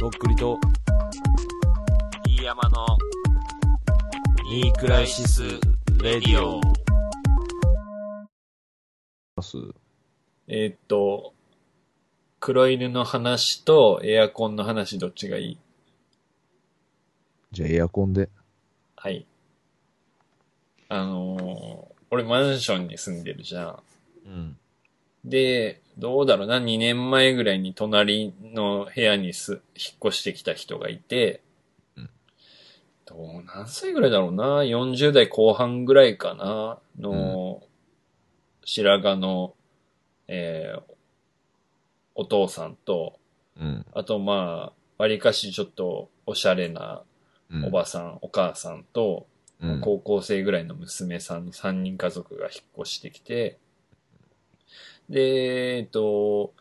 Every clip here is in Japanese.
とっくりと、飯山の、ニークライシス・レディオ。ます。えーっと、黒犬の話とエアコンの話どっちがいいじゃあエアコンで。はい。あのー俺マンションに住んでるじゃん。うん。で、どうだろうな、2年前ぐらいに隣の部屋にす、引っ越してきた人がいて、うんどう、何歳ぐらいだろうな、40代後半ぐらいかな、の、白髪の、えーお父さんと、うん。あとまあ、割かしちょっとおしゃれなうん、おばさん、お母さんと、うん、高校生ぐらいの娘さんの3人家族が引っ越してきて、で、えっと、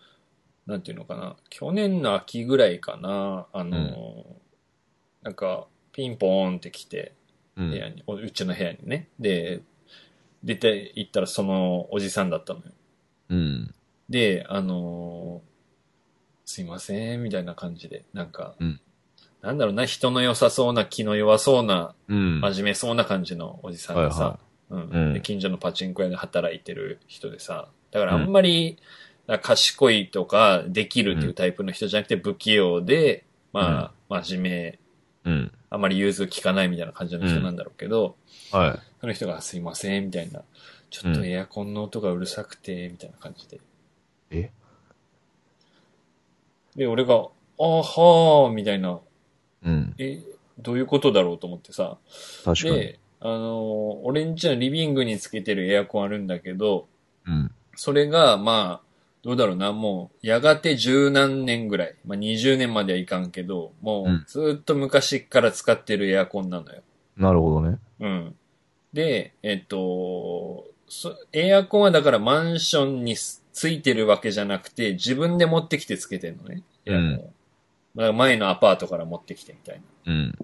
なんていうのかな、去年の秋ぐらいかな、あの、なんか、ピンポーンって来て、うん部屋に、おうちの部屋にね。で、出て行ったらそのおじさんだったのよ。うん。で、あのーすいません、みたいな感じで、なんか、うんなんだろうな、人の良さそうな、気の弱そうな、うん。真面目そうな感じのおじさんはいがさは、うんうんで近所のパチンコ屋で働いてる人でさ、だからあんまり、なんか賢いとかできるっていうタイプの人じゃなくて不器用で、まあ、真面目、い。うん。あまり融通きかないみたいな感じの人なんだろうけど、はい。その人がすいません、みたいな、ちょっとエアコンの音がうるさくて、みたいな感じで。えで、俺が、あはー、みたいな、うん。え、どういうことだろうと思ってさ、確かに。で、あのー、俺んちのリビングにつけてるエアコンあるんだけど、うん。それが、まあ、どうだろうな、もう、やがて十何年ぐらい、まあ20年まではいかんけど、もうんう、ずーっと昔から使ってるエアコンなのよ。なるほどね。うん。で、えっと、そエアコンはだからマンションにすついてるわけじゃなくて、自分で持ってきてつけてんのね。エアコンをうんだから前のアパートから持ってきてみたいな。うん。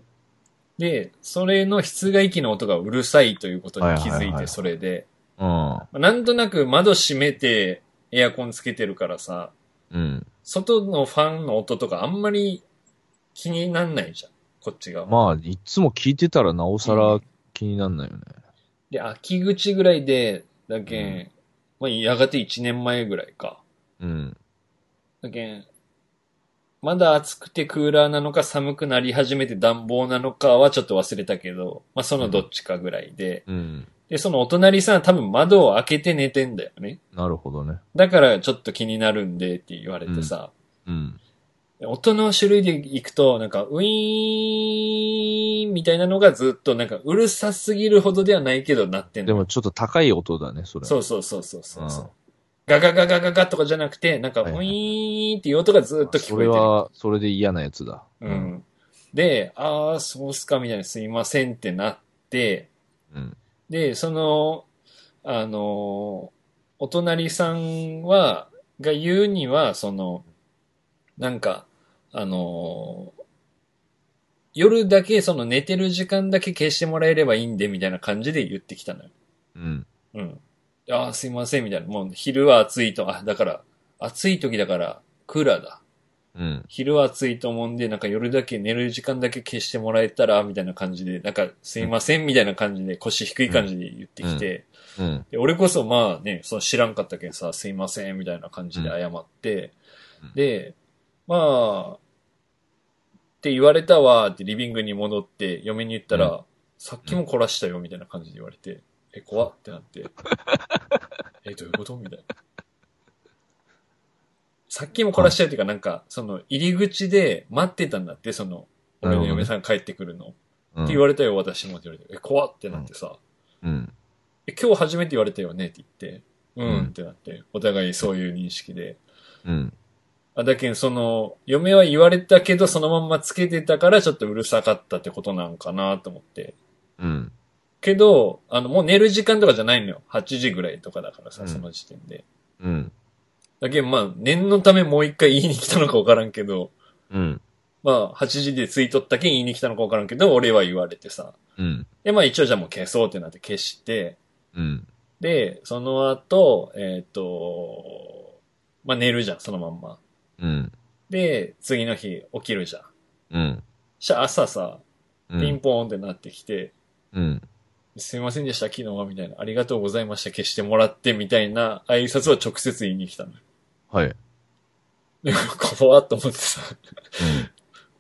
で、それの室外機の音がうるさいということに気はいづはいいはて、いそれで、うん。まあなんとなく窓閉めてエアコンつけてるからさ、うん。外のファンの音とかあんまり気になんないじゃん。こっち側。まあ、いつも聞いてたらなおさら気になんないよね。で、秋口ぐらいで、だけん、まあ、やがて1年前ぐらいか。うん。だけん、まだ暑くてクーラーなのか寒くなり始めて暖房なのかはちょっと忘れたけど、まあ、そのどっちかぐらいで、うん。で、そのお隣さんは多分窓を開けて寝てんだよね。なるほどね。だからちょっと気になるんでって言われてさ、うん。音の種類でいくと、なんか、ウィーンみたいなのがずっと、なんか、うるさすぎるほどではないけどなってんのでもちょっと高い音だね、それ。。そううそうそうそうそうそううんガガガガガガとかじゃなくて、なんか、ウはいィはいーンっていう音がずっと聞そこえれてる。は、それで嫌なやつだ。うん。で、ああ、そうっすか、みたいな、すいませんってなって、うん。で、その、あの、お隣さんは、が言うには、その、なんか、あの、夜だけ、その寝てる時間だけ消してもらえればいいんで、みたいな感じで言ってきたのよ。うん。うん。ああ、すいません、みたいな。もう昼は暑いと、あ、だから、暑い時だから、クーラーだ。うん。昼は暑いと思うんで、なんか夜だけ寝る時間だけ消してもらえたら、みたいな感じで、なんかすいません、みたいな感じで、腰低い感じで言ってきて、うん。で俺こそまあね、その知らんかったけんさ、すいません、みたいな感じで謝って、うんで、まあ、って言われたわ、ってリビングに戻って、嫁に言ったら、うさっきも凝らしたよ、みたいな感じで言われて、え、怖っってなって、え、どういうことみたいな。さっきも凝らしたよっていうか、なんか、その、入り口で待ってたんだって、その、俺の嫁さんが帰ってくるの。うん。って言われたよ、私もって言われて、え、怖っってなってさ、うん。え今日初めて言われたよねって言って、うん、うんってなって、お互いそういう認識で。うん。あ、だけどその、嫁は言われたけど、そのまんまつけてたから、ちょっとうるさかったってことなんかなと思って。うん。けど、あの、もう寝る時間とかじゃないのよ。8時ぐらいとかだからうさ、んその時点で。うん。だけど、まあ、念のためもう一回言いに来たのかわからんけど、うん。まあ、8時でついとったけん言いに来たのかわからんけど、俺は言われてさ。うん。で、まあ一応じゃあもう消そうってなって消して、うん。で、その後、えっ、と、まあ、寝るじゃん、そのまんま。うん。で、次の日起きるじゃん。うん。じゃあ朝さ、うピンん。ポーンってなってきて、うん。すいませんでした、昨日は、みたいな。ありがとうございました、消してもらって、みたいな挨拶を直接言いに来たの。 はい。うん。で、怖っと思ってさ、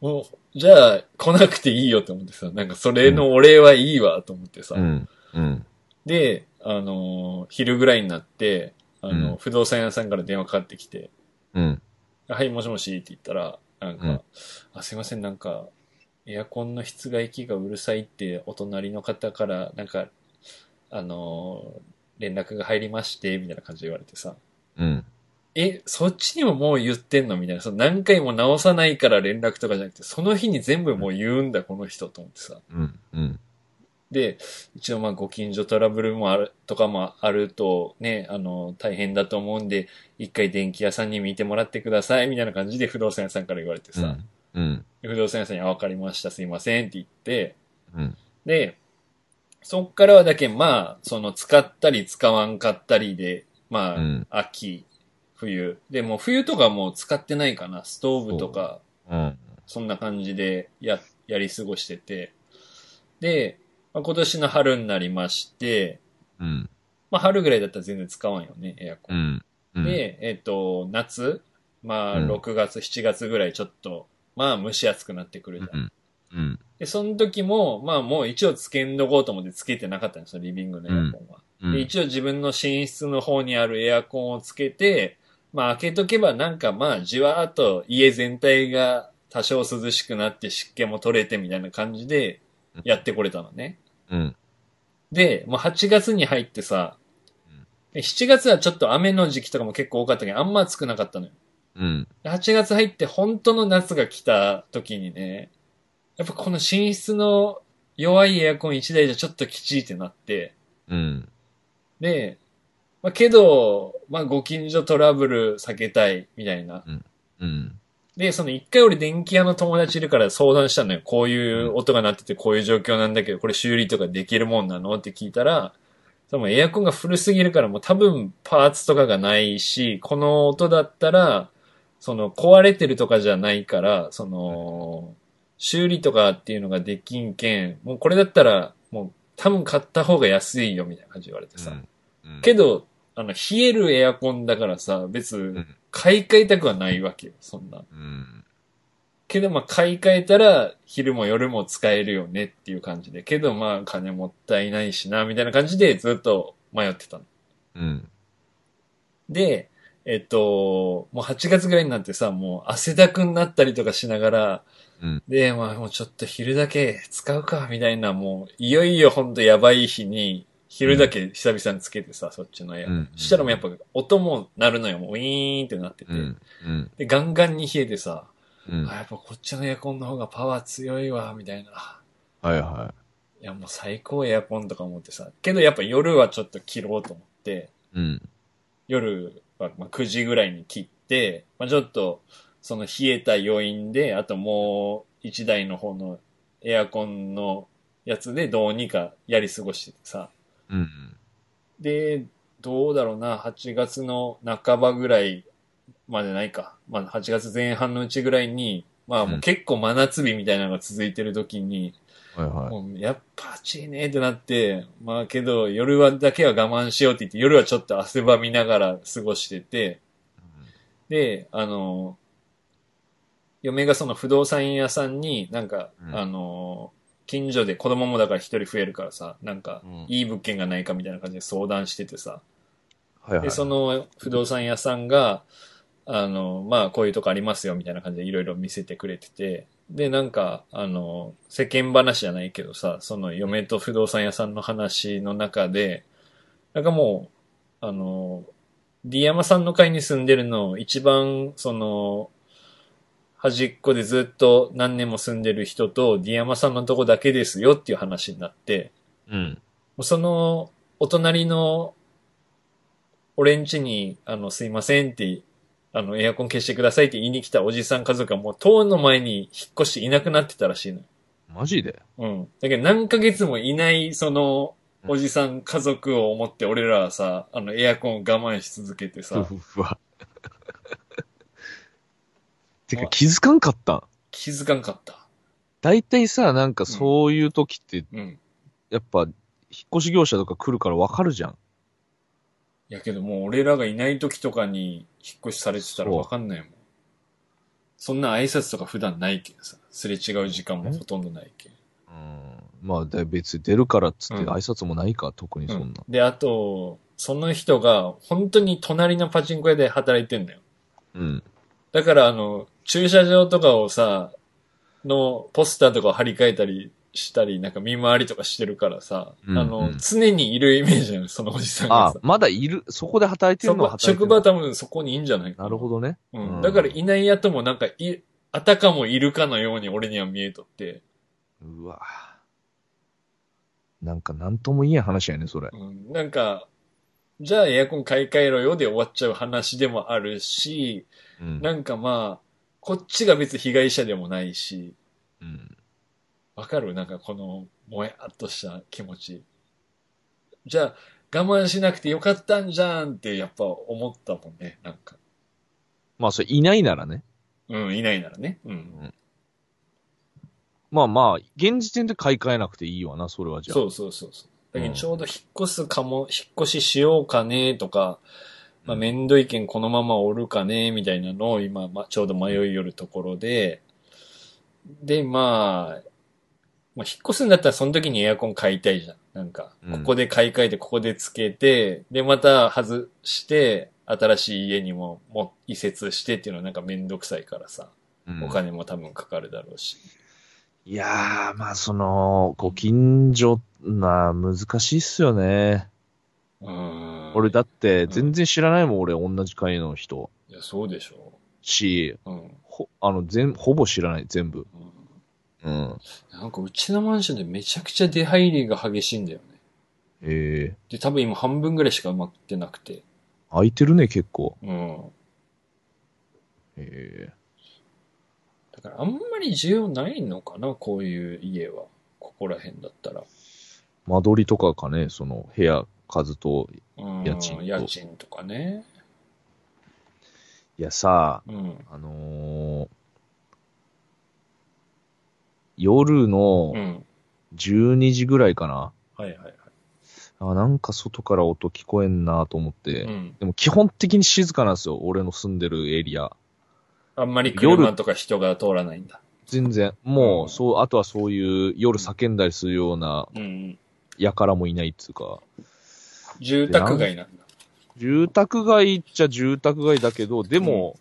もう、じゃあ来なくていいよって思ってさ、なんかそれのお礼はいいわ、と思ってさ。うん。うん。で、あのー昼ぐらいになって、あの、うん不動産屋さんから電話かかってきて、うん。はい、もしもしって言ったら、なんか、うんあ、すいません、なんか、エアコンの室外機がうるさいって、お隣の方から、なんか、あのー連絡が入りまして、みたいな感じで言われてさ、うん。え、そっちにももう言ってんのみたいな、その何回も直さないから連絡とかじゃなくて、その日に全部もう言うんだ、この人と思ってさ。うん。うん。で、一応まあご近所トラブルもある、とかもあるとね、あの、大変だと思うんで、一回電気屋さんに見てもらってください、みたいな感じで不動産屋さんから言われてうさ、ん。うん。で不動産屋さんに、あ、わかりました、すいませんって言って、うん。で、そっからはだけんまあ、その使ったり使わんかったりで、まあ、うん秋、冬。で、もう冬とかもう使ってないかな、ストーブとか、うん。そんな感じでや、やり過ごしてて。で、まあ、今年の春になりまして、うん。まあ春ぐらいだったら全然使わんよね、エアコうン。ん。うん。で、えっ、と、夏、まあうん6月、7月ぐらいちょっと、まあ蒸し暑くなってくるじゃん。うん。うん。で、その時も、まあもう一応つけんどこうと思ってつけてなかったんですよ、リビングのエアコンは。うん。で、一応自分の寝室の方にあるエアコンをつけて、まあ開けとけばなんかまあじわーっと家全体が多少涼しくなって湿気も取れてみたいな感じでやってこれたのね。うん。で、もう8月に入ってさうん、で7月はちょっと雨の時期とかも結構多かったけど、あんま暑くなかったのよ。うん。で8月入って本当の夏が来た時にね、やっぱこの寝室の弱いエアコン1台じゃちょっときちいってなって、うん。で、まあ、けど、まあ、ご近所トラブル避けたい、みたいな。うん。で、その一回俺電気屋の友達いるから相談したのよ。こういう音が鳴ってて、こういう状況なんだけど、これ修理とかできるもんなのって聞いたら、そのエアコンが古すぎるからもう多分パーツとかがないし、この音だったら、その壊れてるとかじゃないから、その、修理とかっていうのができんけん、もうこれだったら、もう多分買った方が安いよ、みたいな感じで言われてさ。けど、あの、冷えるエアコンだからさ、別ん、買い替えたくはないわけよ、そんな。うん。けど、まあ、買い替えたら、昼も夜も使えるよねっていう感じで。けど、まあ、金もったいないしな、みたいな感じでずっと迷ってたの。うん。で、えっと、もう8月ぐらいになってさ、もう汗だくになったりとかしながら、うんで、まあ、もうちょっと昼だけ使うか、みたいな、もう、いよいよほんとやばい日に、昼だけ久々につけてさ、そっちのエアコンうん。したらもうやっぱ音も鳴るのよ。もうウィーンってなってて。うん。うん。で、ガンガンに冷えてさ、うん。あ、はやっぱこっちのエアコンの方がパワー強いわ、みたいいな。はいや、もう最高エアコンとか思ってさ。けどやっぱ夜はちょっと切ろうと思って、い。うん。夜はまあ9時ぐらいに切って、まあちょっとその冷えた余韻で、あともう1台の方のエアコンのやつでどうにかやり過ごしててさ。うん。で、どうだろうな、8月の半ばぐらいまでないか。まあ、8月前半のうちぐらいに、まあもう結構真夏日みたいなのが続いてる時に、はいはい。もうやっぱ暑いねってなって、まあけど夜はだけは我慢しようって言って、夜はちょっと汗ばみながら過ごしてて、で、あの、嫁がその不動産屋さんになんか、うんあの、近所で子供もだから一人増えるからさ、なんかうん、いい物件がないかみたいな感じで相談しててさ、はいはい。で、その不動産屋さんが、あの、まあ、こういうとこありますよ、みたいな感じでいろいろ見せてくれてて、で、なんか、あの、世間話じゃないけどさ、その嫁と不動産屋さんの話の中で、なんかもう、あの、D 山さんの階に住んでるの、一番、その、端っこでずっと何年も住んでる人と D 山さんのとこだけですよっていう話になって、うん。もうその、お隣の、俺ん家に、あの、すいませんって、あの、エアコン消してくださいって言いに来たおじさん家族がもう、当の前に引っ越していなくなってたらしいのよ。マジでうん。だけど何ヶ月もいない、その、おじさん家族を思って俺らはさ、あの、エアコンを我慢し続けてふさ、ふふわ。てか気づかんかった。気づかんかった。大体さ、なんかそういう時って、うん。やっぱ、引っ越し業者とか来るからわかるじゃん。やけどもう俺らがいない時とかに引っ越しされてたらわかんないもん。そんな挨拶とか普段ないけどさ、すれ違う時間もほとんどないけど。うん。まあ、で別に出るからっつってうん挨拶もないか、特にそんな。うんで、あと、その人が本当に隣のパチンコ屋で働いてんだよ。うん。だからあの、駐車場とかをさ、のポスターとかを張り替えたりしたり、なんか見回りとかしてるからさ、うんあうの、ん常にいるイメージなの、そのおじさんがあさ、。まだいる、そこで働いてるそのはこ、働いて職る場は多分そこにいいんじゃないかなるほどね。うんうんだからいないやともなんかい、あたかもいるかのように俺には見えとって、うわなんかなんとも言えん話やね、それ。うん、なんか、じゃあエアコン買い替えろよで終わっちゃう話でもあるし、うん。なんかまあ、こっちが別に被害者でもないし、うんわかるなんかこの、もやっとした気持ち。じゃあ、我慢しなくてよかったんじゃんってやっぱ思ったもんね、なんか。まあ、それいないならね。うん、いないならね。うん。まあまあ、現時点で買い替えなくていいわな、それはじゃあ。そうそうそうそう。だけうどんちょうど引っ越すかも、引っ越ししようかねとか、まあ、うんめんどいけんこのままおるかねみたいなのを今、まあ、ちょうど迷いよるところで、で、まあ、まあ、引っ越すんだったらその時にエアコン買いたいじゃん。なんかう、んここで買い替えて、ここでつけて、で、また外して、新しい家にも、もう移設してっていうのはなんかめんどくさいからさ、うんお金も多分かかるだろうし。いやー、まあその、ご近所、なあ難しいっすよね。うん。俺だって、ん全然知らないもん、俺、同じ会の人。いや、そうでしょし、う。うん。ほ、あの、全、ほぼ知らない、全部。うんうん。なんかうちのマンションでめちゃくちゃ出入りが激しいんだよね。ええで、多分今半分ぐらいしか埋まってなくて。空いてるね、結構。うん。ええだからあんまり需要ないのかな、こういう家は。ここら辺だったら。間取りとかかね、その、部屋数と、うん。家賃と家賃とかね。いやさ、うん。あのー夜のうん。 12時ぐらいかな。はいはいはい。あなんか外から音聞こえんなと思って。うん。でも基本的に静かなんですよ、俺の住んでるエリア。あんまり車とか人が通らないんだ。全然。うもんう、そう、あとはそういう夜叫んだりするようなうん。輩もいないっつうか、住宅街なんだ。住宅街っちゃ住宅街だけど、でも、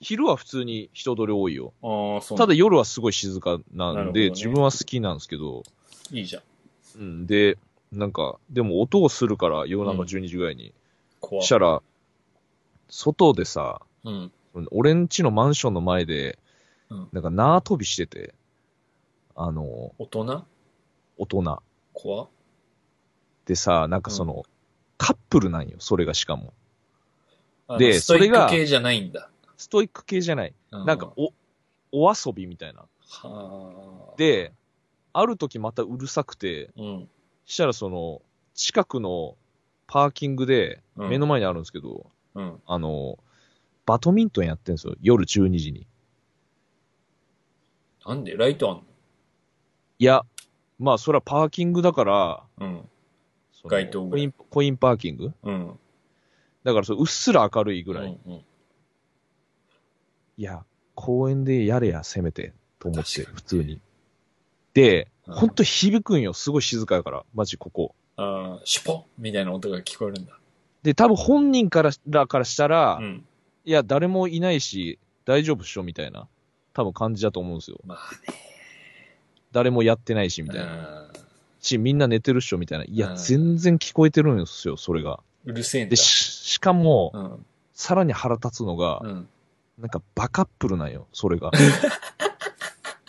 昼は普通に人通り多いよ。ああ、そうなたんだ。だ夜はすごい静かななんるほどで、ね自分は好きなんですけど、いいじゃん。うん、で、なんか、でも音をするから、夜中12時ぐらいに。怖したら、外でさ、うん。俺ん家のマンションの前でうん、なんか縄跳びしてて、あの、大人大人。怖でさ、なんかその、カップルなんよ、それがしかも。あのでストイそれッがク系じゃないんだ。ストイック系じゃない。うなんか、、お、お遊びみたいな。はあ。、で、ある時またうるさくて、うん。したらその、近くのパーキングで、うん目の前にあるんですけど、うん。あの、バドミントンやってんですよ、夜12時に。なんでライトあんのいや、まあそれはパーキングだから、うん。その街灯ぐコらいイン、コインパーキングうん。だからそれうっすら明るいぐらい。うんうんいや、公園でやれや、せめて、と思っ確て、かに普通に。で、うんほんと響くんよ、すごい静かやから、マジここ。ああ、シュポッみたいな音が聞こえるんだ。で、多分本人かららからしたら、うん。いや、誰もいないし、大丈夫っしょ、みたいな、多分感じだと思うんですよ。まあね。誰もやってないし、みみたいな。な。し、みんな寝てるっしょ、みたいな。いや、うん全然聞こえてるんですよ、それが。うるせえんだで、。し、しかも、うん。さらに腹立つのが、うん。なんかバカップルなんよ、それ が。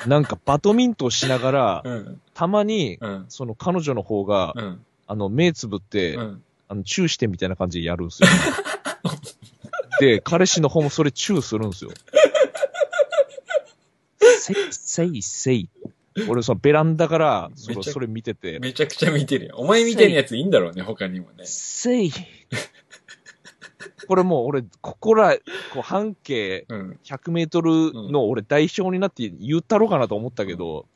なんかバドミントンしながら、うん。たまに、うん。その彼女の方が、うん。あの、目つぶって、うん。あの、チューしてみたいな感じでやるん ですよ。で、彼氏の方もそれチューするんですよ。せい、せい、せい。俺、そのベランダから、そめれちゃそれ見てて、めちゃくちゃ見てるよ。お前みたいなやついいんだろうね、他にもね。せい。これもう俺、ここら、こう半径うん。 100メートルの俺代表になって言ったろうかなと思ったけど、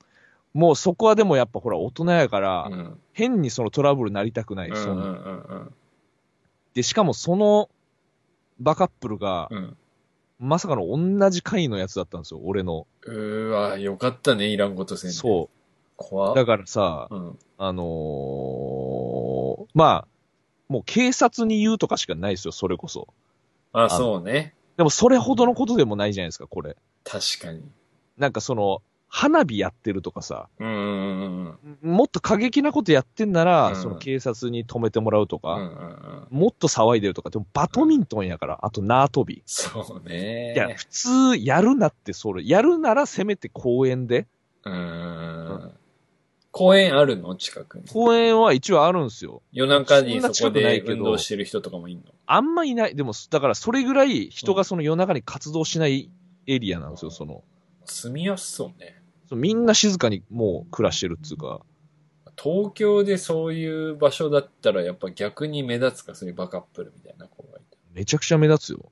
もうそこはでもやっぱほら大人やから、うん。変にそのトラブルになりたくない。うん。うそん。のうんで、しかもそのバカップルが、うん。まさかの同じ回のやつだったんですよ、俺の。うーわ、よかったね、いらんことせんで。う。そ怖う。だからさ、うん。あのーまあ、もう警察に言うとかしかないですよ、それこそ。あ、そうね。でもそれほどのことでもないじゃないですか、これ。確かに。なんかその、花火やってるとかさ、うんうんうんうん。もっと過激なことやってんなら、うんその警察に止めてもらうとうんうか、んうん。もっと騒いでるとか、でもバドミントンやから、あと縄跳び。そうね。いや、普通やるなってそれ、やるならせめて公園で。うーん。公園あるの近くに。公園は一応あるんですよ。夜中にそんなそこ近くなでいけど運動してる人とかもいんのあんまいない。でも、だからそれぐらい人がその夜中に活動しないエリアなんですよ、その。住みやすそうね。そのみんな静かにもう暮らしてるっていうか。東京でそういう場所だったらやっぱ逆に目立つか、そういうバカップルみたいな子がいた。めちゃくちゃ目立つよ。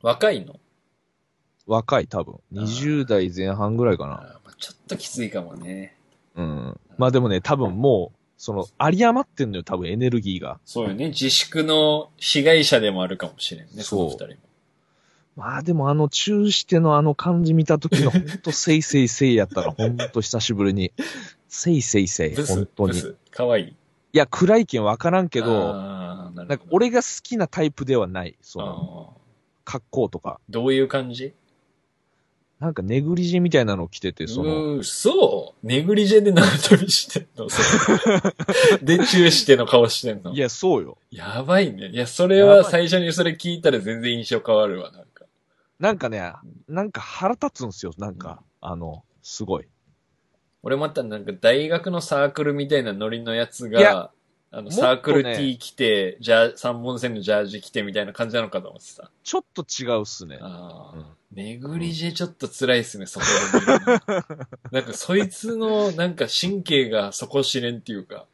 若いの若い、多分。20代前半ぐらいかあな。ーまあちょっときついかもね。うん。まあでもね、多分もう、その、有り余ってんのよ、多分エネルギーが。そうよね。自粛の被害者でもあるかもしれんね、そのそう二人も。まあでもあの、チューしてのあの感じ見た時の、ほんと、せいせいせいやったら、ほんと久しぶり に。せいせいせい、ブス本、当ブに。いス、かわいい。や、暗いけんわからんけど、あーななんるかほど。俺が好きなタイプではない。その、あー格好とか。どういう感じなんかネグリジェみたいなの着てて、その、うー、そうネグリジェで縄跳びしてん のそれで、チューしての顔してんのいや、そうよ。やばいね。いや、それやはばい最初にそれ聞いたら全然印象変わるわ、なんか。なんかね、なんか腹立つんすよ、なんか、あの、すごい。俺またなんか大学のサークルみたいなノリのやついやが、あの、もっとねサークル T 着て、じゃ三本線のジャージ着てみたいな感じなのかと思ってた。ちょっと違うっすね。ああ、うんネグリジェちょっと辛いっすね、そこで見る のなんかそいつの、なんか神経が底知れんっていうか。っ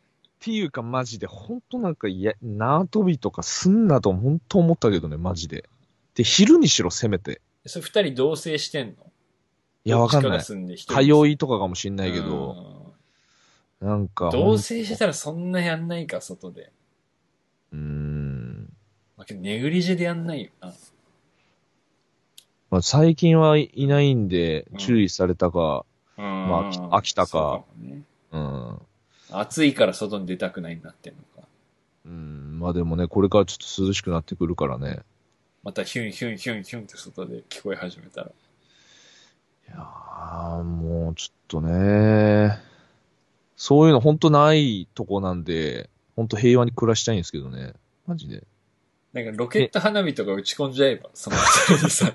ていうか、マジで、ほんとなんか、いや、縄跳びとかすんなと、ほんと思ったけどね、マジで。で、昼にしろ、せめて。それ二人同棲してんのいや、わかんない。通通いとかかもしんないけど、なんか、同棲してたらそんなやんないか、外で。ほんうーん。まあけどネグリジェでやんないよな。まあ、最近はいいないんでう、ん注意されたか、まあき飽きたかね、うん。暑いから外に出たくないになってんのか。うん、まあでもね、これからちょっと涼しくなってくるからね。またヒュンヒュンヒュンヒュンって外で聞こえ始めたら。いやー、もうちょっとね、そういうのほんとないとこなんで、ほんと平和に暮らしたいんですけどね。マジで。なんかロケット花火とか打ち込んじゃ えば、その二人にさ。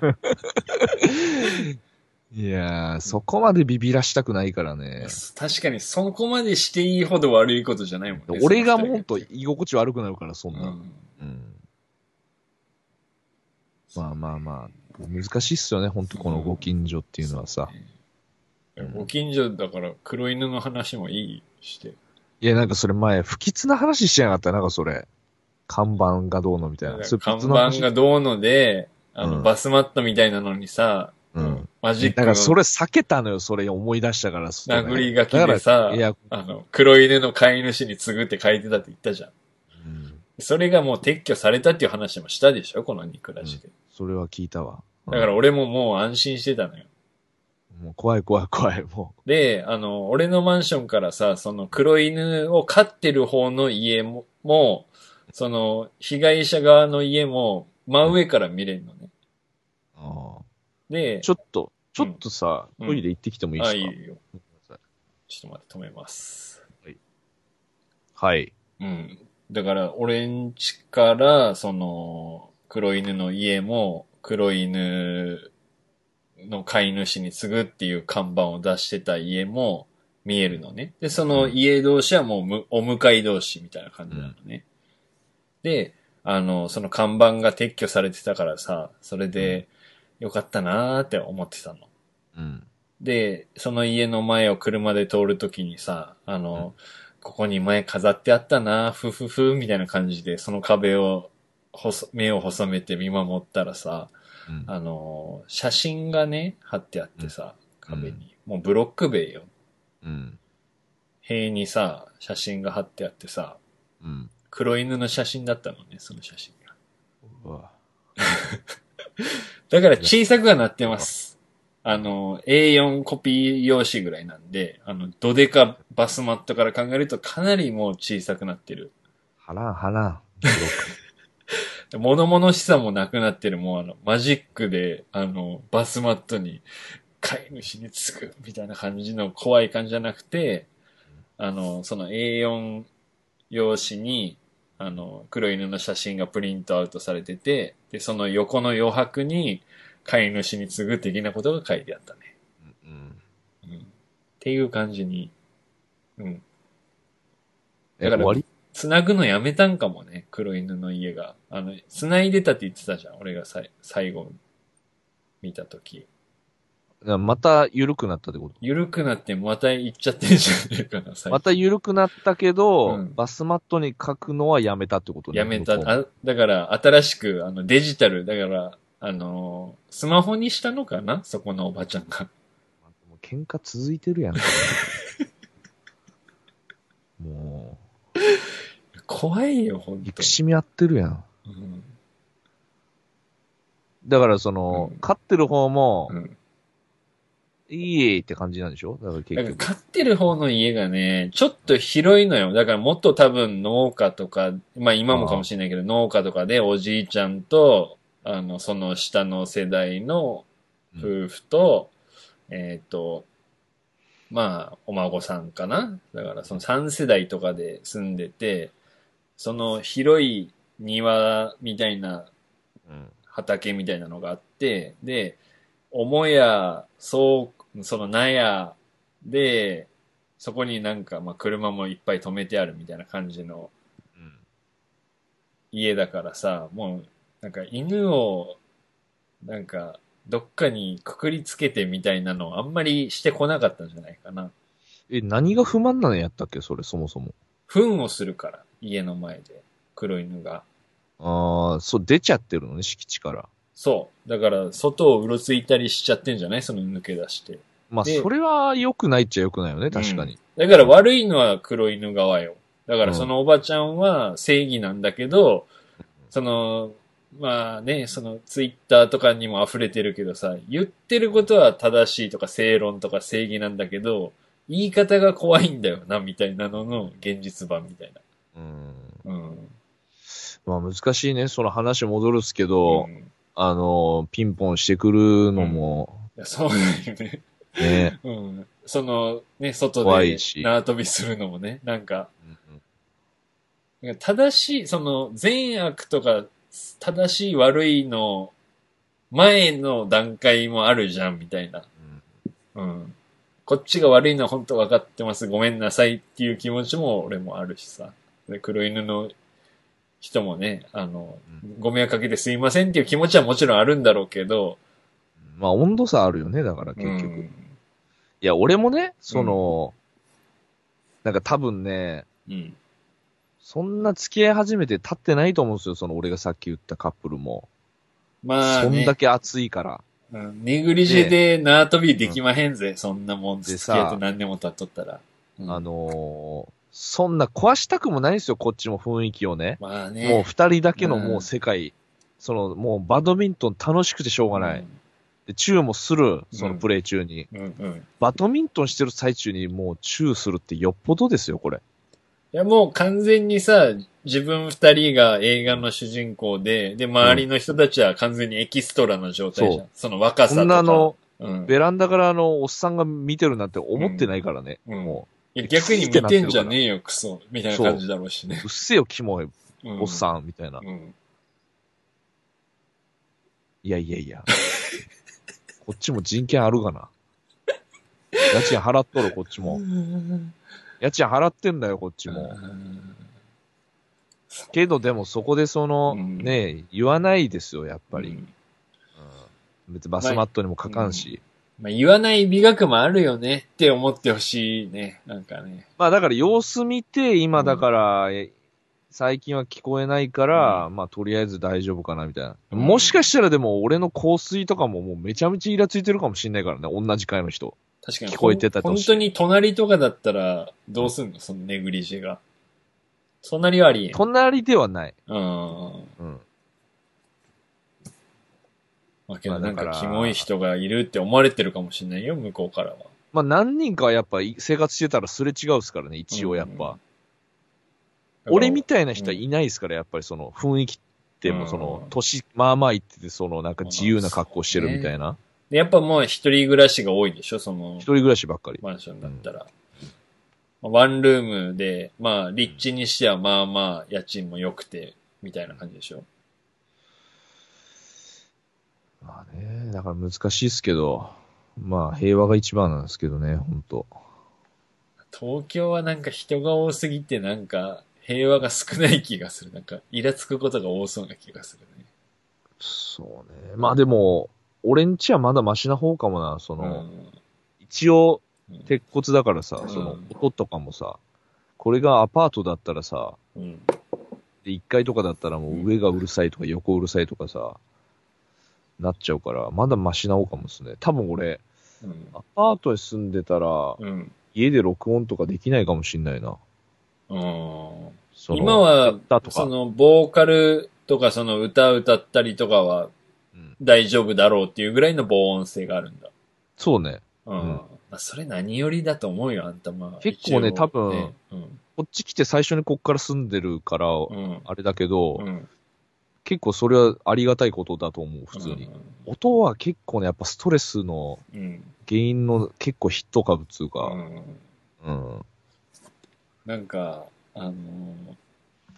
いやー、そこまでビビらしたくないからね。確かにそこまでしていいほど悪いことじゃないもんね。俺がもうほうんと居心地悪くなるから、そんうな。ん。うん。まあまあまあ、難しいっすよね、ほんとこのご近所っていうのはさ。そうね。ご近所だから黒犬の話もいいして。いや、なんかそれ前、不吉な話しやがった、なんかそれ。看板がどうのみたいな。それ看別の話板がどうので、あの、うんバスマットみたいなのにさ、うん。マジックだからそのれ避けたのよ、それ思い出したから。それ殴り書きでさいや、あの、黒犬の飼い主に継ぐって書いてたって言ったじゃん。うんそれがもう撤去されたっていう話もしたでしょこのニクラジで。それは聞いたわ。うんだから俺ももう安心してたのよ。もう怖い怖い怖い、もで、あの、俺のマンションからさ、その黒犬を飼ってる方の家も、もうその、被害者側の家も、真上から見れるのね。うあであ。、ちょっと、ちょっとさ、うんトイレ行ってきてもいいであ、すいか、いよ。ちょっと待って、止めます。はい。うん。だから、俺ん家から、その、黒犬の家も、黒犬の飼い主に継ぐっていう看板を出してた家も見えるのね。で、その家同士はもうむお向かい同士みたいな感じなのね。で、あの、その看板が撤去されてたからさ、それで、よかったなーって思ってたの。うん。で、その家の前を車で通るときにさ、あの、ここに前飾ってあったな、ふふふ、みたいな感じで、その壁を細目を細めて見守ったらさ、うんあのー写真がね、貼ってあってさ、壁に。もうブロック塀よ。うん。塀にさ、写真が貼ってあってさ、うん。黒犬の写真だったのね、その写真が。うわだから小さくはなってます。あの、A4 コピー用紙ぐらいなんで、あの、ドデカバスマットから考えるとかなりもう小さくなってる。はらんはら ん。ブロッ物々しさもなくなってる。もうあの、マジックで、あの、バスマットに飼い主につくみたいな感じの怖い感じじゃなくて、あの、その A4 用紙に、あの、黒犬の写真がプリントアウトされてて、で、その横の余白に飼い主に次ぐ的なことが書いてあったね。クうん。うんっていう感じに。うん。え、だか終らわり繋ぐのやめたんかもね、黒犬の家が。あの、繋いでたって言ってたじゃん、俺がさい最後見たとき。だからまた緩くなったってこと緩くなってまた行っちゃってんじゃねえかな、最ま後。た緩くなったけど、うんバスマットに書くのはやめたってことね。やめた。向こうあ、だから、新しく、あの、デジタル、だから、あのースマホにしたのかなそこのおばちゃんが。もう喧嘩続いてるやん。 も怖いよ、ほんう、と憎。しみ合ってるやん。うん。だからその、うん飼ってる方も、うんいいえって感じなんでしょだから結だから局。飼ってる方の家がね、ちょっと広いのよ。だからもっと多分農家とか、まあ今もかもしれないけど、農家とかでおじいちゃんと、あの、その下の世代の夫婦と、えっ、と、まあ、お孫さんかな。だからその3世代とかで住んでて、その広い庭みたいなうん畑みたいなのがあって、で、母屋、そう、その納屋で、そこになんか、まあ、車もいっぱい止めてあるみたいな感じのうん家だからさ、もう、なんか犬を、なんか、どっかにくくりつけてみたいなのをあんまりしてこなかったんじゃないかな。え、何が不満なのやったっけそれ、そもそも。糞をするから、家の前で、黒犬が。ああ、そう、出ちゃってるのね、敷地から。そう。だから、外をうろついたりしちゃってんじゃないその抜け出して。まあ、でそれは良くないっちゃ良くないよね、確かに。だから悪いのは黒犬側よ。だからそのおばちゃんは正義なんだけど、その、まあね、そのツイッターとかにも溢れてるけどさ、言ってることは正しいとか正論とか正義なんだけど、言い方が怖いんだよな、みたいなのの現実版みたいうん。な。うん。まあ、難しいね、その話戻るっすけど、うんいあの、ピンポンしてくるのも、やそうだよね。ね。うん。その、ね、外怖でいし縄跳びするのもね、なんか、正しい、その善悪とか正しい悪いの前の段階もあるじゃんみたいな。うん。こっちが悪いのは本当分かってます。ごめんなさいっていう気持ちも俺もあるしさ。で黒犬の人もね、あの、ご迷惑かけてすいませんっていう気持ちはもちろんあるんだろうけど、まあ、温度差あるよね、だから結局。うんいや、俺もね、その、なんか多分ね、うん。そんな付き合い始めて経ってないと思うんですよ、その俺がさっき言ったカップルも。まあ、そね、んだけ熱いから。うんネグリジェで縄跳びできまへんぜ。そんなもん付できさ合って何年も経っとったら。うんあのーそんな壊したくもないんですよ、こっちも雰囲気をね。まあね。もう二人だけのうんもう世界。その、もうバドミントン楽しくてしょうがない。で、チューもする、そのプレイ中に。うんうん。バドミントンしてる最中にもうチューするってよっぽどですよ、これ。いや、もう完全にさ、自分二人が映画の主人公で、で、周りの人たちは完全にエキストラの状態じゃん。そその若さとこか。んなあの、うん、ベランダからあの、おっさんが見てるなんて思ってないからね。うんもいや逆に見てんじゃねえよ、クソ。みたいな感じだろうしね。う、うっせえよ、キモい、おっん。さん、みたいな。うん。いやいやいや。こっちも人権あるがな。家賃払っとる、こっちも。家賃払ってんだよ、こっちも。けど、でもそこでその、うんねえ、言わないですよ、やっぱり。うんうん別にバスマットにも書かんし。まあ、言わない美学もあるよねって思ってほしいね。なんかね。まあだから様子見て、今だから、え最近は聞こえないから、まあとりあえず大丈夫かなみたいな。うんもしかしたらでも俺の香水とかももうめちゃめちゃイラついてるかもしんないからね、同じ会の人。確かに。聞こえてたとほん本して当に隣とかだったら、どうすんのそのネグリジェが。隣はありえん。隣ではない。うん。うん。まあけどなんまあだかからキモい人がいるって思われてるかもしれないよ、向こうからは。まあ何人かはやっぱい生活してたらすれ違うっすからね、一応やっぱ。俺みてたいな人はいないですから、やっぱりその雰囲気ってもうそのうん、年、まあまあ言ってて、そのなんか自由な格好してるみたいな。やっぱもう一人暮らしが多いでしょ、その一人暮らしばっかり。マンションだったら。まあワンルームで、まあ立地にしてはまあまあ家賃も良くて、みたいな感じでしょ。まあね、だから難しいっすけど、まあ平和が一番なんですけどね、本当東京はなんか人が多すぎてなんか平和が少ない気がする。なんかイラつくことが多そうな気がするね。そうね。まあでも、俺んちはまだマシな方かもな、その、うん一応うん、鉄骨だからさ、うんその、音とかもさ、これがアパートだったらさ、うん。で、1階とかだったらもう上がうるさいとか横うるさいとかさ、なっちゃうから、まだマシな方かもっすね。多分俺、うん。アパートに住んでたら、うん。家で録音とかできないかもしんないな。うんその今は歌とかその、ボーカルとか、その歌歌ったりとかはうん大丈夫だろうっていうぐらいの防音性があるんだ。そうね。うん。うんまあ、それ何よりだと思うよ、あんたまあ。結構ね一応多分ねうん。こっち来て最初にこっから住んでるから、うん。あれだけど、うん。結構それはありがたいことだと思う、普通に。音は結構ね、やっぱストレスのうん。うん。原因の結構ヒット株っつううか、んうん。なんか、あのー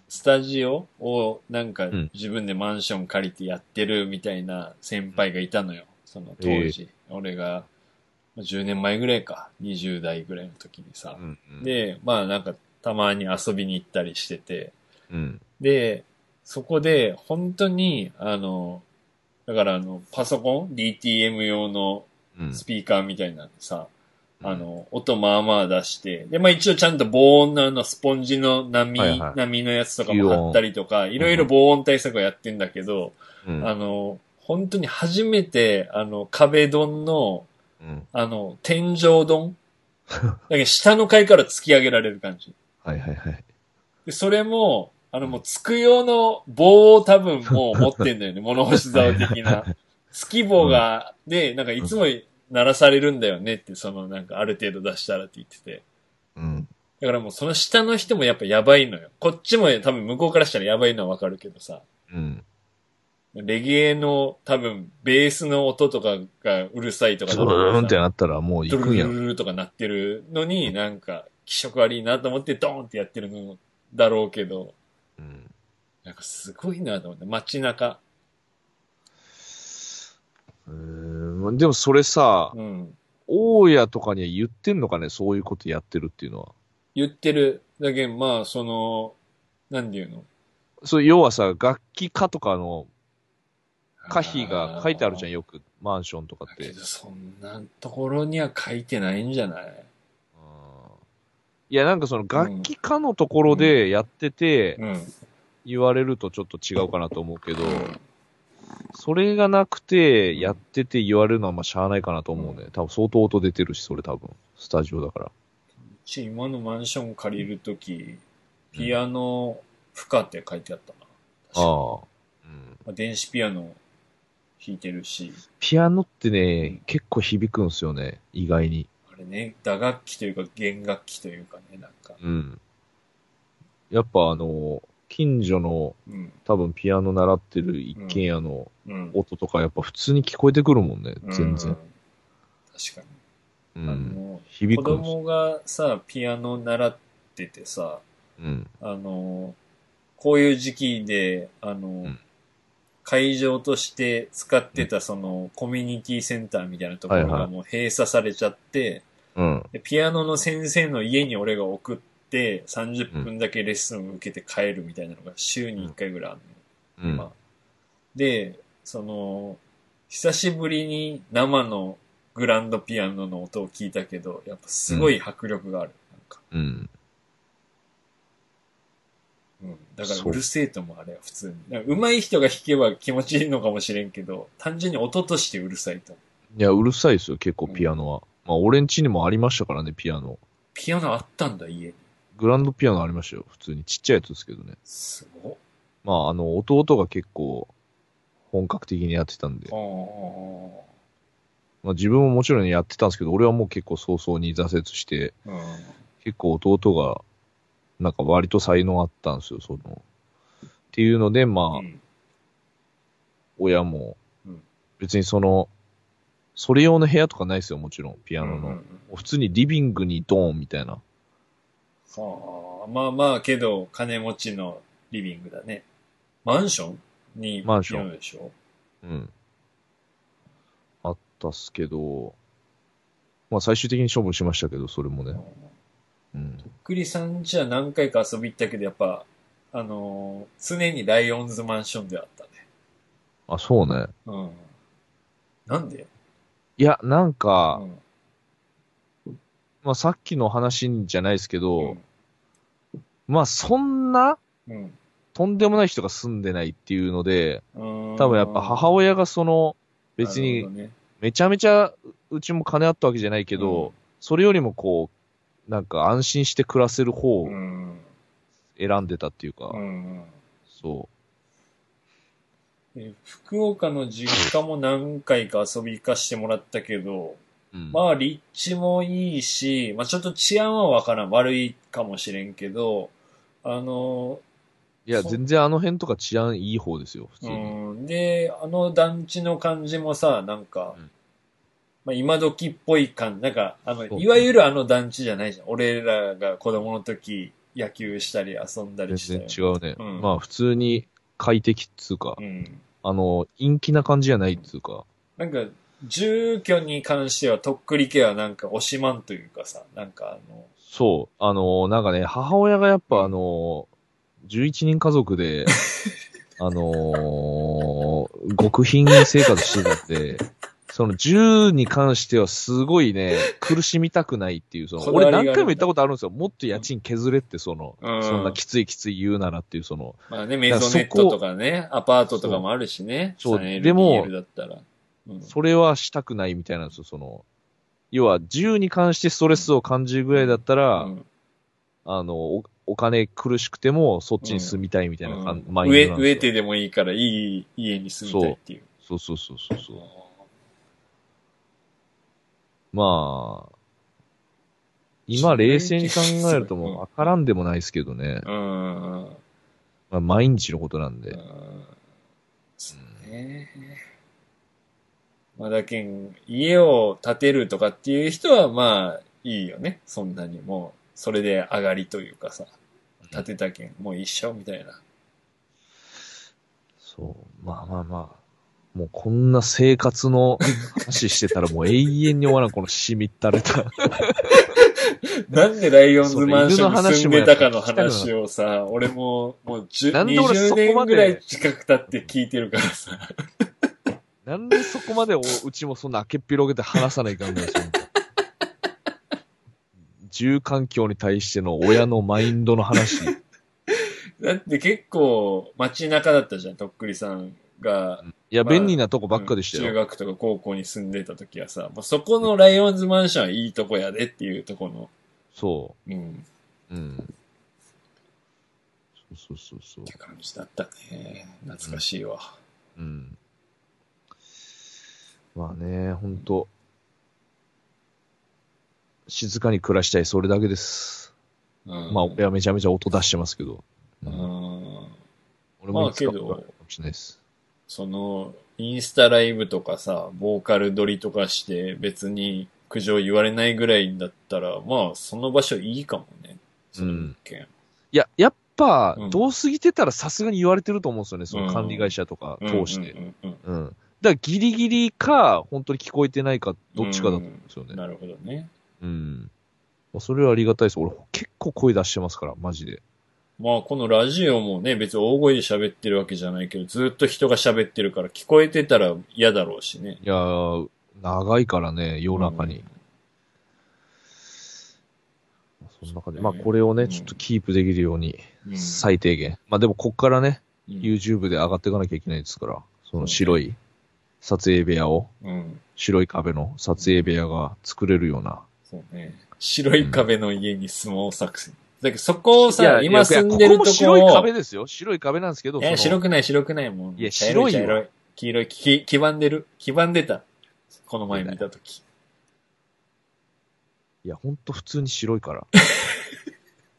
スタジオをなんかん自分でマンション借りてやってるみたいな先輩がいたのよ。その当時。俺がまあ10年前ぐらいか。20代ぐらいの時にさ。うん。で、まあなんかたまに遊びに行ったりしてて、うん。で、そこで本当に、あの、だからあの、パソコン、DTM 用のうん。スピーカーみたいなのさ、うんあの、音まあまあ出して、で、まあ一応ちゃんと防音のあの、スポンジの波、はいはい波のやつとかも貼ったりとか、いろいろ防音対策はやってんだけど、うんあの、本当に初めて、あの、壁ドンの、うん。あの、天井 ドンだけど下の階から突き上げられる感じ。はいはいはい。で、それも、あのもう、つく用の棒を多分もう持ってんだよね、物干し竿的な。つき棒が、で、なんかいつも鳴らされるんだよねって、そのなんかある程度出したらって言ってて。うん。だからもうその下の人もやっぱやばいのよ。こっちも多分向こうからしたらやばいのはわかるけどさ。うん。レゲエの多分ベースの音とかがうるさいとかズだったらーさンってなったらもうド行ゥくんルやルろ。ルルとか鳴ってるのになんか気色悪いなと思ってドーンってやってるのだろうけど。うん。なんかすごいなと思って、街中。うーんでもそれさ、うん。大家とかには言ってんのかね、そういうことやってるっていうのは。言ってる。だけど、まあ、その、なんていうのそう、要はさ、楽器家とかの可否が書いてあるじゃん、ん。よく、マンションとかだっけてど、。そんなところには書いてないんじゃないいや、なんかその楽器家のところでやってて、うん。言われるとちょっと違うかなと思うけど、それがなくて、やってて言われるのはまあしゃあないかなと思うね。多分相当音出てるし、それ多分。スタジオだから。ち、今のマンション借りるとき、ピアノ不可って書いてあったああ。な。うん。まあ電子ピアノ弾いてるし、ピアノってね、結構響くんすよね。意外に。あれね、打楽器というか弦楽器というかね、なんか。うん。やっぱあの、近所のうん。多分ピアノ習ってる一軒家のうん。音とかやっぱ普通に聞こえてくるもんね。全うん然。確かに。うあん。の、響子くんすよ。供がさ、ピアノ習っててさ、うん。あの、こういう時期で、あの、ん会場として使ってたそのコミュニティセンターみたいなところはいはがいもう閉鎖されちゃって、うん。でピアノの先生の家に俺が送って30分だけレッスンを受けて帰るみたいなのが週に1回ぐらいあるのよ。うん。まあで、その、久しぶりに生のグランドピアノの音を聞いたけど、やっぱすごい迫力がある。なんかうん。うん。だからうるせえと思う、あれは普通に。だから上手い人が弾けば気持ちいいのかもしれんけど、単純に音としてうるさいと思う。いや、うるさいですよ、結構ピアノは。まあ、俺ん家にもありましたからね、ピアノ。ピアノあったんだ、家に。グランドピアノありましたよ、普通に。ちっちゃいやつですけどね。すごっ。まあ、あの、弟が結構、本格的にやってたんであ。ーまあ、自分ももちろんやってたんですけど、俺はもう結構早々に挫折して、うん。結構弟が、なんか割と才能あったんですよ、その。っていうので、まうあ、ん親もうん、別にその、それ用の部屋とかないですよ、もちろん、ピアノうんうんの。普通にリビングにドーンみたいな。はあ、まあまあけど、金持ちのリビングだね。マンションにマンションいるでしょうん。あったっすけど、まあ最終的に処分しましたけど、それもね。うん。クリさんじゃ何回か遊び行ったけど、やっぱ、あのー常にライオンズマンションであったね。あ、そうね。うん。なんでいや、なんうか、ん。まあさっきの話じゃないですけど、うんまあそんな、うん。とんでもない人が住んでないっていうので、多多分やっぱ母親がその、別なにるほどねめちゃめちゃうちも金あったわけじゃないけど、うんそれよりもこう、なんか安心して暮らせる方をうん。選んでたっていうか、うん。そえ福岡の実家も何回か遊び行かしてもらったけど、う。うん。まあ立地もいいし、まあちょっと治安はわからん、悪いかもしれんけど、あの、いや、そう全然あの辺とか治安いい方ですよ、普通うに。ん、で、あの団地の感じもさ、なんか、うんまあ今時っぽい感じ、なんか、あの、そういわゆるあの団地じゃないじゃん。俺らが子供の時野球したり遊んだりした全よ然違うね。うんまあ、普通に快適っつうか、うん。あの、陰気な感じじゃないっつうか、なんか、住居に関してはとっくり家はなんか惜しまんというかさ、なんかあの、そう、あの、なんかね、母親がやっぱあの、11人家族 で、あのー極貧生活してたんで、その銃に関してはすごいね、苦しみたくないっていう、その、こ俺だわりがある何回も言ったことあるんですよ。もっと家賃削れって、その、うんそんなきついきつい言うならっていう、その、まあね、メゾネットとかね、アパートとかもあるしね。そう 3LDL でもだったら。うんそれはしたくないみたいなんですよ、その、要は、銃に関してストレスを感じるぐらいだったら、うんあのお、お金苦しくても、そっちに住みたいみたいな感うんマインド植えなん植えですよ。てでもいいから、いい家に住みたいっていう。そうそうそうそうそう。まあ、今冷静に考えるともう分からんでもないですけどね。うん。うんまあ、毎日のことなんで。そうね。まあ、だけん、家を建てるとかっていう人は、まあ、いいよね。そんなにもう、それで上がりというかさ、建てたけん、もう一緒みたいな。そう。まあまあまあ。もうこんな生活の話してたらもう永遠に終わらん、このしみったれ た。なんでライオンズマンションに住んでたかの話をさ、俺も、もう10なんで俺そ20こま年でぐらい近く経って聞いてるからさ。なんでそこまでおうちもそんな開けっ広げて話さないかんないし。住環境に対しての親のマインドの話。だって結構街中だったじゃん、とっくりさんが。いや、まあ便利なとこばっかでした中よ。学とか高校に住んでた時はさ、もうそこのライオンズマンションはいいとこやでっていうとこの。そうん。う。うん。そうそうそうそうっ。て感じだったね。懐かしいわ。うん。まあね、ほんと。静かに暮らしたい、それだけです。うん。まあ、俺はめちゃめちゃ音出してますけど。う、うんん。俺もいつかまあけどわかるかもしれないです。その、インスタライブとかさ、ボーカル撮りとかして別に苦情言われないぐらいだったら、まあ、その場所いいかもね。その物件。いや、やっぱうん、遠すぎてたらさすがに言われてると思うんですよね、その管理会社とかうん通してう。んうんうん。だからギリギリか、本当に聞こえてないか、どっちかだと思うんですようねん。。なるほどね。うん。まあそれはありがたいです。俺結構声出してますから、マジで。まあ、このラジオもね、別に大声で喋ってるわけじゃないけど、ずっと人が喋ってるから聞こえてたら嫌だろうしね。いやー、長いからね、夜中に。その中で、まあこれをうね、んちょっとキープできるように、うん最低限。まあでもこっからね、うん YouTube で上がっていかなきゃいけないですから、その白い撮影部屋を、うん。白い壁の撮影部屋が作れるような。そうね。白い壁の家に住もう作戦。だけどそこをさ、今住んでいやるいやことこもこ白い壁を、ですよ。白い壁なんですけど、え、その白くない白くないもん。いや茶色白いよ茶色い。黄色い、き、黄ばんでる。黄ばんでた。この前見たとき。いや、ほんと普通に白いから。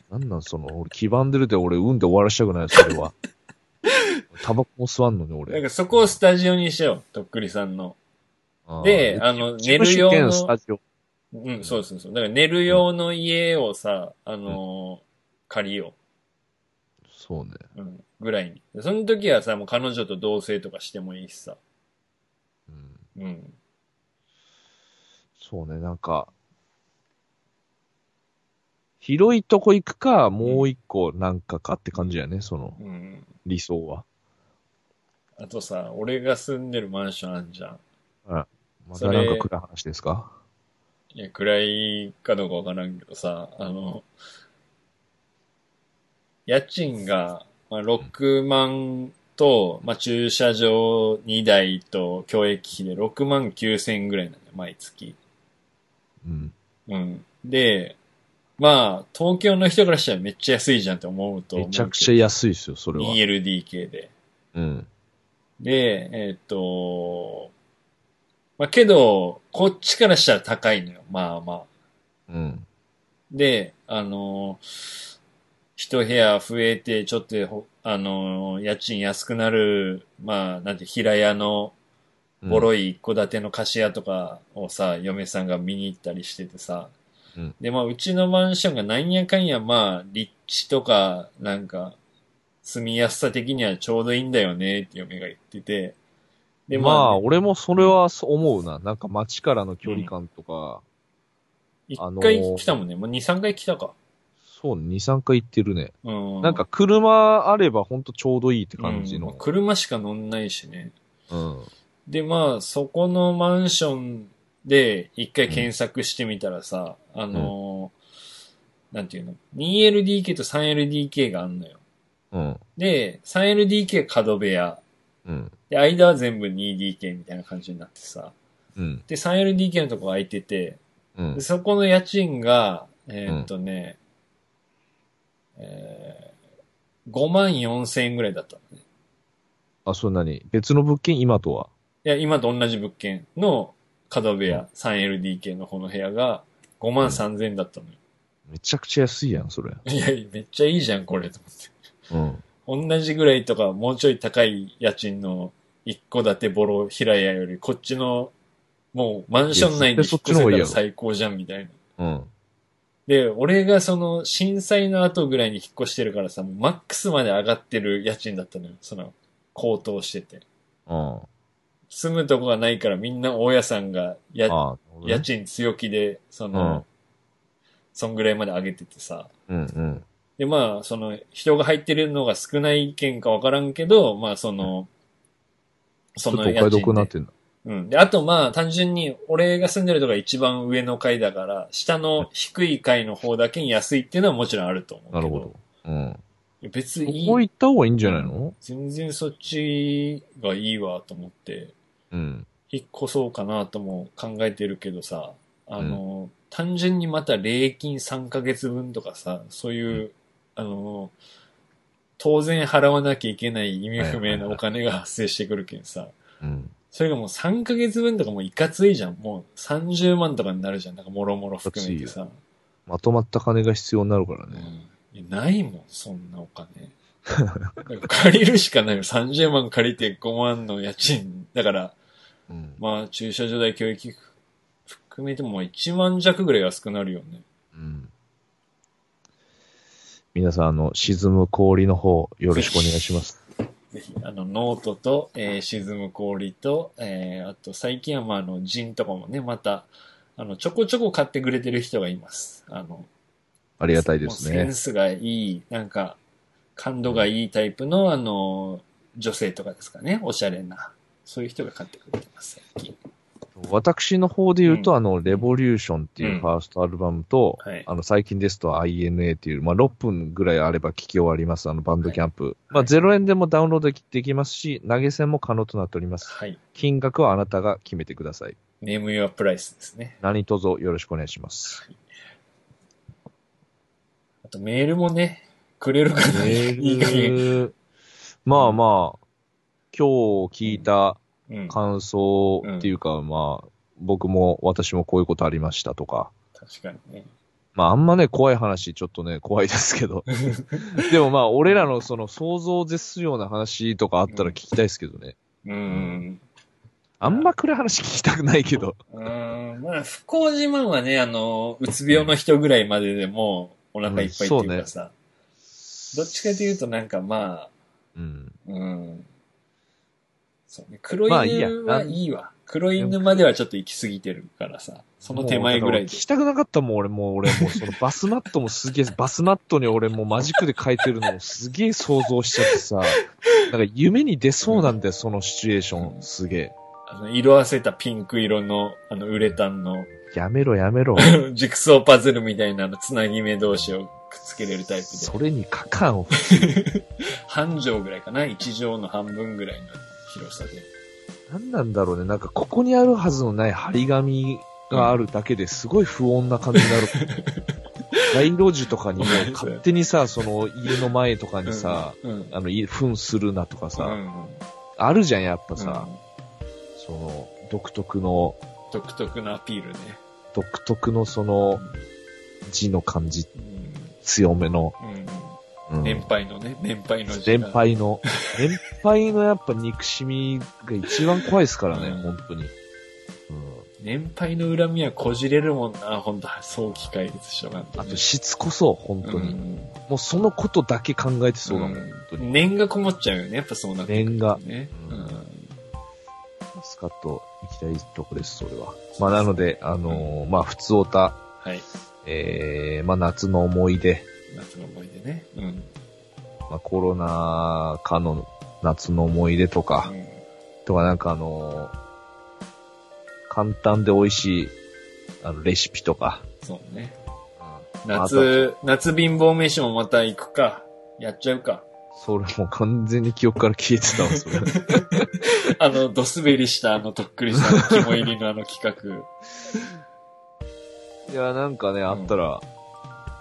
なんなんその、俺、黄ばんでるで俺、うんで終わらしたくないよ、それ は。タバコも吸わんのになん俺。かそこをスタジオにしよう。とっくりさんの。あーで、あの、事寝務る所用兼スのタ、ジオ。うん、そうそうそう。だから寝る用の家をさ、あのー借りよそうね。う。うん、ぐらいに。でその時はさ、もう彼女と同棲とかしてもいいしさ。うん。うん。そうね、なんか、広いとこ行くか、もう一個なんかかって感じやね、その、うん。理想は。あとさ、俺が住んでるマンションあんじゃん。まそたれなんか暗い話ですかいや、暗いかどうかわからんけどさ、あの、家賃が、まあ、6万と、まあ、駐車場2台と、教育費で6万9千円ぐらいなんだよ、毎月。うん。うん。で、まあ、東京の人からしたらめっちゃ安いじゃんって思うと思めうけど。ちゃくちゃ安いですよ、それは。 2LDK で。うん。で、えーっと、まあ、けど、こっちからしたら高いのよ、まあまあ。うん。で、あのー一部屋増えて、ちょっとほ、あのー家賃安くなる、まあ、なんて、平屋のうんボロい一戸建ての貸し屋とかをさ、嫁さんが見に行ったりしててさ、うんで、まあ、うちのマンションがなんやかんや、まあ、立地とか、なんか、住みやすさ的にはちょうどいいんだよね、って嫁が言ってて、で、まあ、ね俺もそれはそう思うな。なんか街からの距離感とか、一あのー回来たもんね、もう二、三回来たか。そう、2、3回行ってるね。うん。なんか車あればほんとちょうどいいって感じうんの。車しか乗んないしね。うん。で、まあ、そこのマンションで一回検索してみたらさ、あのーなんていうの ?2LDK と 3LDK があんのよ。うん。で、3LDK 角部屋。うん。で、間は全部 2DK みたいな感じになってさ。うん。で、3LDK のとこ空いてて、うんで。そこの家賃が、えーっとね、えー、5万4千円ぐらいだったのね。あ、それ何別の物件今とはいや、今と同じ物件の角部屋、3LDK の方の部屋が5万3000円だったのよ。めちゃくちゃ安いやん、それ。いや、めっちゃいいじゃん、これ、とうん。思って。同じぐらいとか、もうちょい高い家賃の一戸建てボロ平屋より、こっちの、もうマンション内で引っ越せたら最高じゃん、みたいな。うん。で、俺がその震災の後ぐらいに引っ越してるからさ、もうマックスまで上がってる家賃だったのよ。その、高騰してて。うん。住むとこがないからみんな大家さんがやあ、なるほどね家賃強気で、その、うんそんぐらいまで上げててさ。うんうん。で、まあ、その、人が入ってるのが少ない県かわからんけど、まあ、その、ちょそっとのお買い得になっで。てんだ。うん。で、あとまあ、単純に、俺が住んでるとこが一番上の階だから、下の低い階の方だけに安いっていうのはもちろんあると思うけど。なるほど。うん。いや別こにこいい。行った方がいいんじゃないの全然そっちがいいわと思って。うん。引っ越そうかなとも考えてるけどさ、あの、単純にまた礼金3ヶ月分とかさ、そういう、あの、当然払わなきゃいけない意味不明なお金が発生してくるけんさ、うん。それがもう3ヶ月分とかもういかついじゃん。もう30万とかになるじゃん。なんかもろもろ含めてさ。まとまった金が必要になるからうね。んいやないもん、そんなお金。 だから借りるしかないよ。30万借りて5万の家賃。だから、うん。まあ、駐車場代、教育費含めても1万弱ぐらい安くなるよね。うん。皆さん、あの、沈む氷の方、よろしくお願いします。ぜひ、あの、ノートと、えー沈む氷と、えーあと、最近はまあ、あの、ジンとかもね、また、あの、ちょこちょこ買ってくれてる人がいます。あの、ありがたいですもうねセン。スがいい、なんか、感度がいいタイプの、あの、女性とかですかね、おしゃれな。そういう人が買ってくれてます、最近。私の方で言うと、うんあの、レボリューションっていうファーストアルバムと、はい。あの、最近ですと INA っていう、まあ、6分ぐらいあれば聞き終わります、あの、バンドキャンプ。まあ、0円でもダウンロードできますし、投げ銭も可能となっております。はい。金額はあなたが決めてください。ネームユアプライスですね。何卒よろしくお願いします。あとメールもね、くれるかな。メいい加減。ール、まあまあ、今日聞いたうん。感想っていうか、まあ、僕も私もこういうことありましたとか、確かにね。まああんまね、怖い話、ちょっとね、怖いですけ ど。でもまあ、俺らのその想像を絶するような話とかあったら聞きたいですけどね。うん。あんま暗い話聞きたくないけど。うん。まあ、不幸自慢はね、あの、うつ病の人ぐらいまででもうお腹いっぱいっていうかさ、どっちかというとなんかまあ、うん。うん。そうね。黒まあいいや犬はいいわ。黒犬まではちょっと行き過ぎてるからさ。その手もうだか前ぐらら俺いで聞。きたくなかったもん、俺もう、俺もう、そのバスマットもすげえ、 バスマットに俺もうマジックで書いてるのをすげえ想像しちゃってさ、なんか夢に出そうなんだよ、そのシチュエーション。すげえ。あの、色あせたピンク色の、あの、ウレタンの、やめろ、やめろ。ジクソーパズルみたいなの、つなぎ目同士をくっつけれるタイプで。それにかかんを。半畳ぐらいかな一畳の半分ぐらいの広さで。なんなんだろうね。なんかここにあるはずのない張り紙があるだけですごい不穏な感じになる。 街路樹とかにも勝手にさ、その家の前とかにさ、うん。あの、い糞するなとかさ、うん、あるじゃん、やっぱさ、うんその、独特の、独特なアピールね。独特のその、字の感じ、うん。強めの、うん。うん年配のね、年配の時年間。配の、年配のやっぱ憎しみが一番怖いですからね、うん本当に。年配の恨みはこじれるもんな、ほんと、早期解決しようなんてうん、ね、あと、しつこそう、本当に。もうそのことだけ考えてそうだもん、うん本当うんに。念がこもっちゃうよね、やっぱそうなってくる念とがね。うんうんスカッと行きたいとこです、それは。まあ、なので、あのーまあ、普通おた、はい。えー、まあ、夏の思い出、夏の思い出ね。うん。うんまあ、コロナ禍の夏の思い出とか、とかなんかあのー簡単で美味しい、あの、レシピとか。そうね。あと夏、夏貧乏飯もまた行くか。やっちゃうか。それもう完全に記憶から消えてたわ、それ。 あの、ドスベリした、あの、とっくりした、肝入りのあの企画。いや、なんかね、あったら、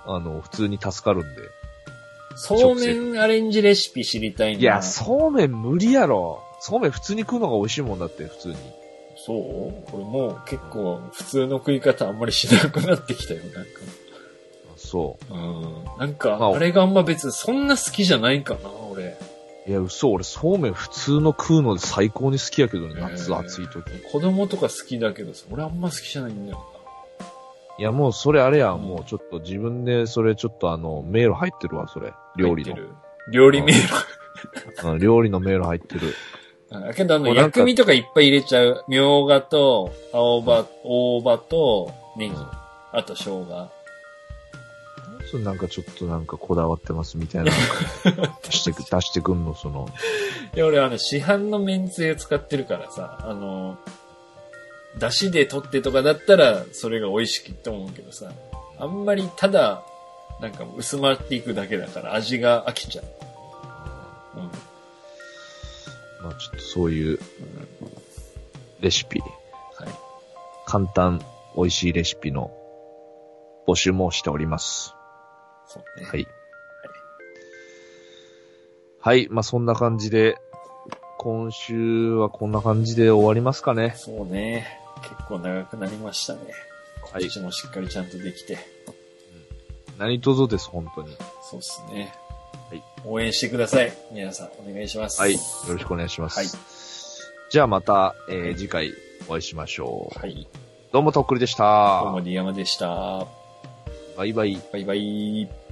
あの、普通に助かるんで。そうめんアレンジレシピ知りたいな。いや、そうめん無理やろ。そうめん普通に食うのが美味しいもんだって、普通に。そうこれもう結構普通の食い方あんまりしなくなってきたよ、なんか。そうん。なんまあか、あれがあんま別にそんな好きじゃないかな、俺。う。いや、嘘、俺、そうめん普通の食うので最高に好きやけどね、夏へー暑い時。子供とか好きだけどさ、俺あんま好きじゃないんだよいや、もうそれあれや、もうちょっと自分で、それちょっとあの、メール入ってるわ、それ。な。料理入っのて。る。料理メーうん、料理のメール入ってる。ル。だけどあもの、うなんか薬味とかいっぱい入れちゃう。みょうがと、青葉、大葉と、ネうギん。。あと生姜。それなんかちょっとなんかこだわってますみ たいな、出してく、出してくんの、その。で、俺あの、市販のめんつゆ使ってるからさ、あの、出汁で取ってとかだったら、それが美味しいと思うけどさ、あんまりただ、なんか薄まっていくだけだから味が飽きちゃう。うん。まあちょっとそういううんレシピ、はい。簡単、美味しいレシピの募集もしております。そうね。はい。はい、まあそんな感じで、今週はこんな感じで終わりますかね。そうね。結構長くなりましたね。はい告知もしっかりちゃんとできて。何卒です、本当に。そうっすね。はい応援してください。皆さん、お願いします。はい、よろしくお願いします。はいじゃあまた、えー次回お会いしましょう。はい。どうもとっくりでしどうも、た。リヤマでした。バイバイ。バイバイ。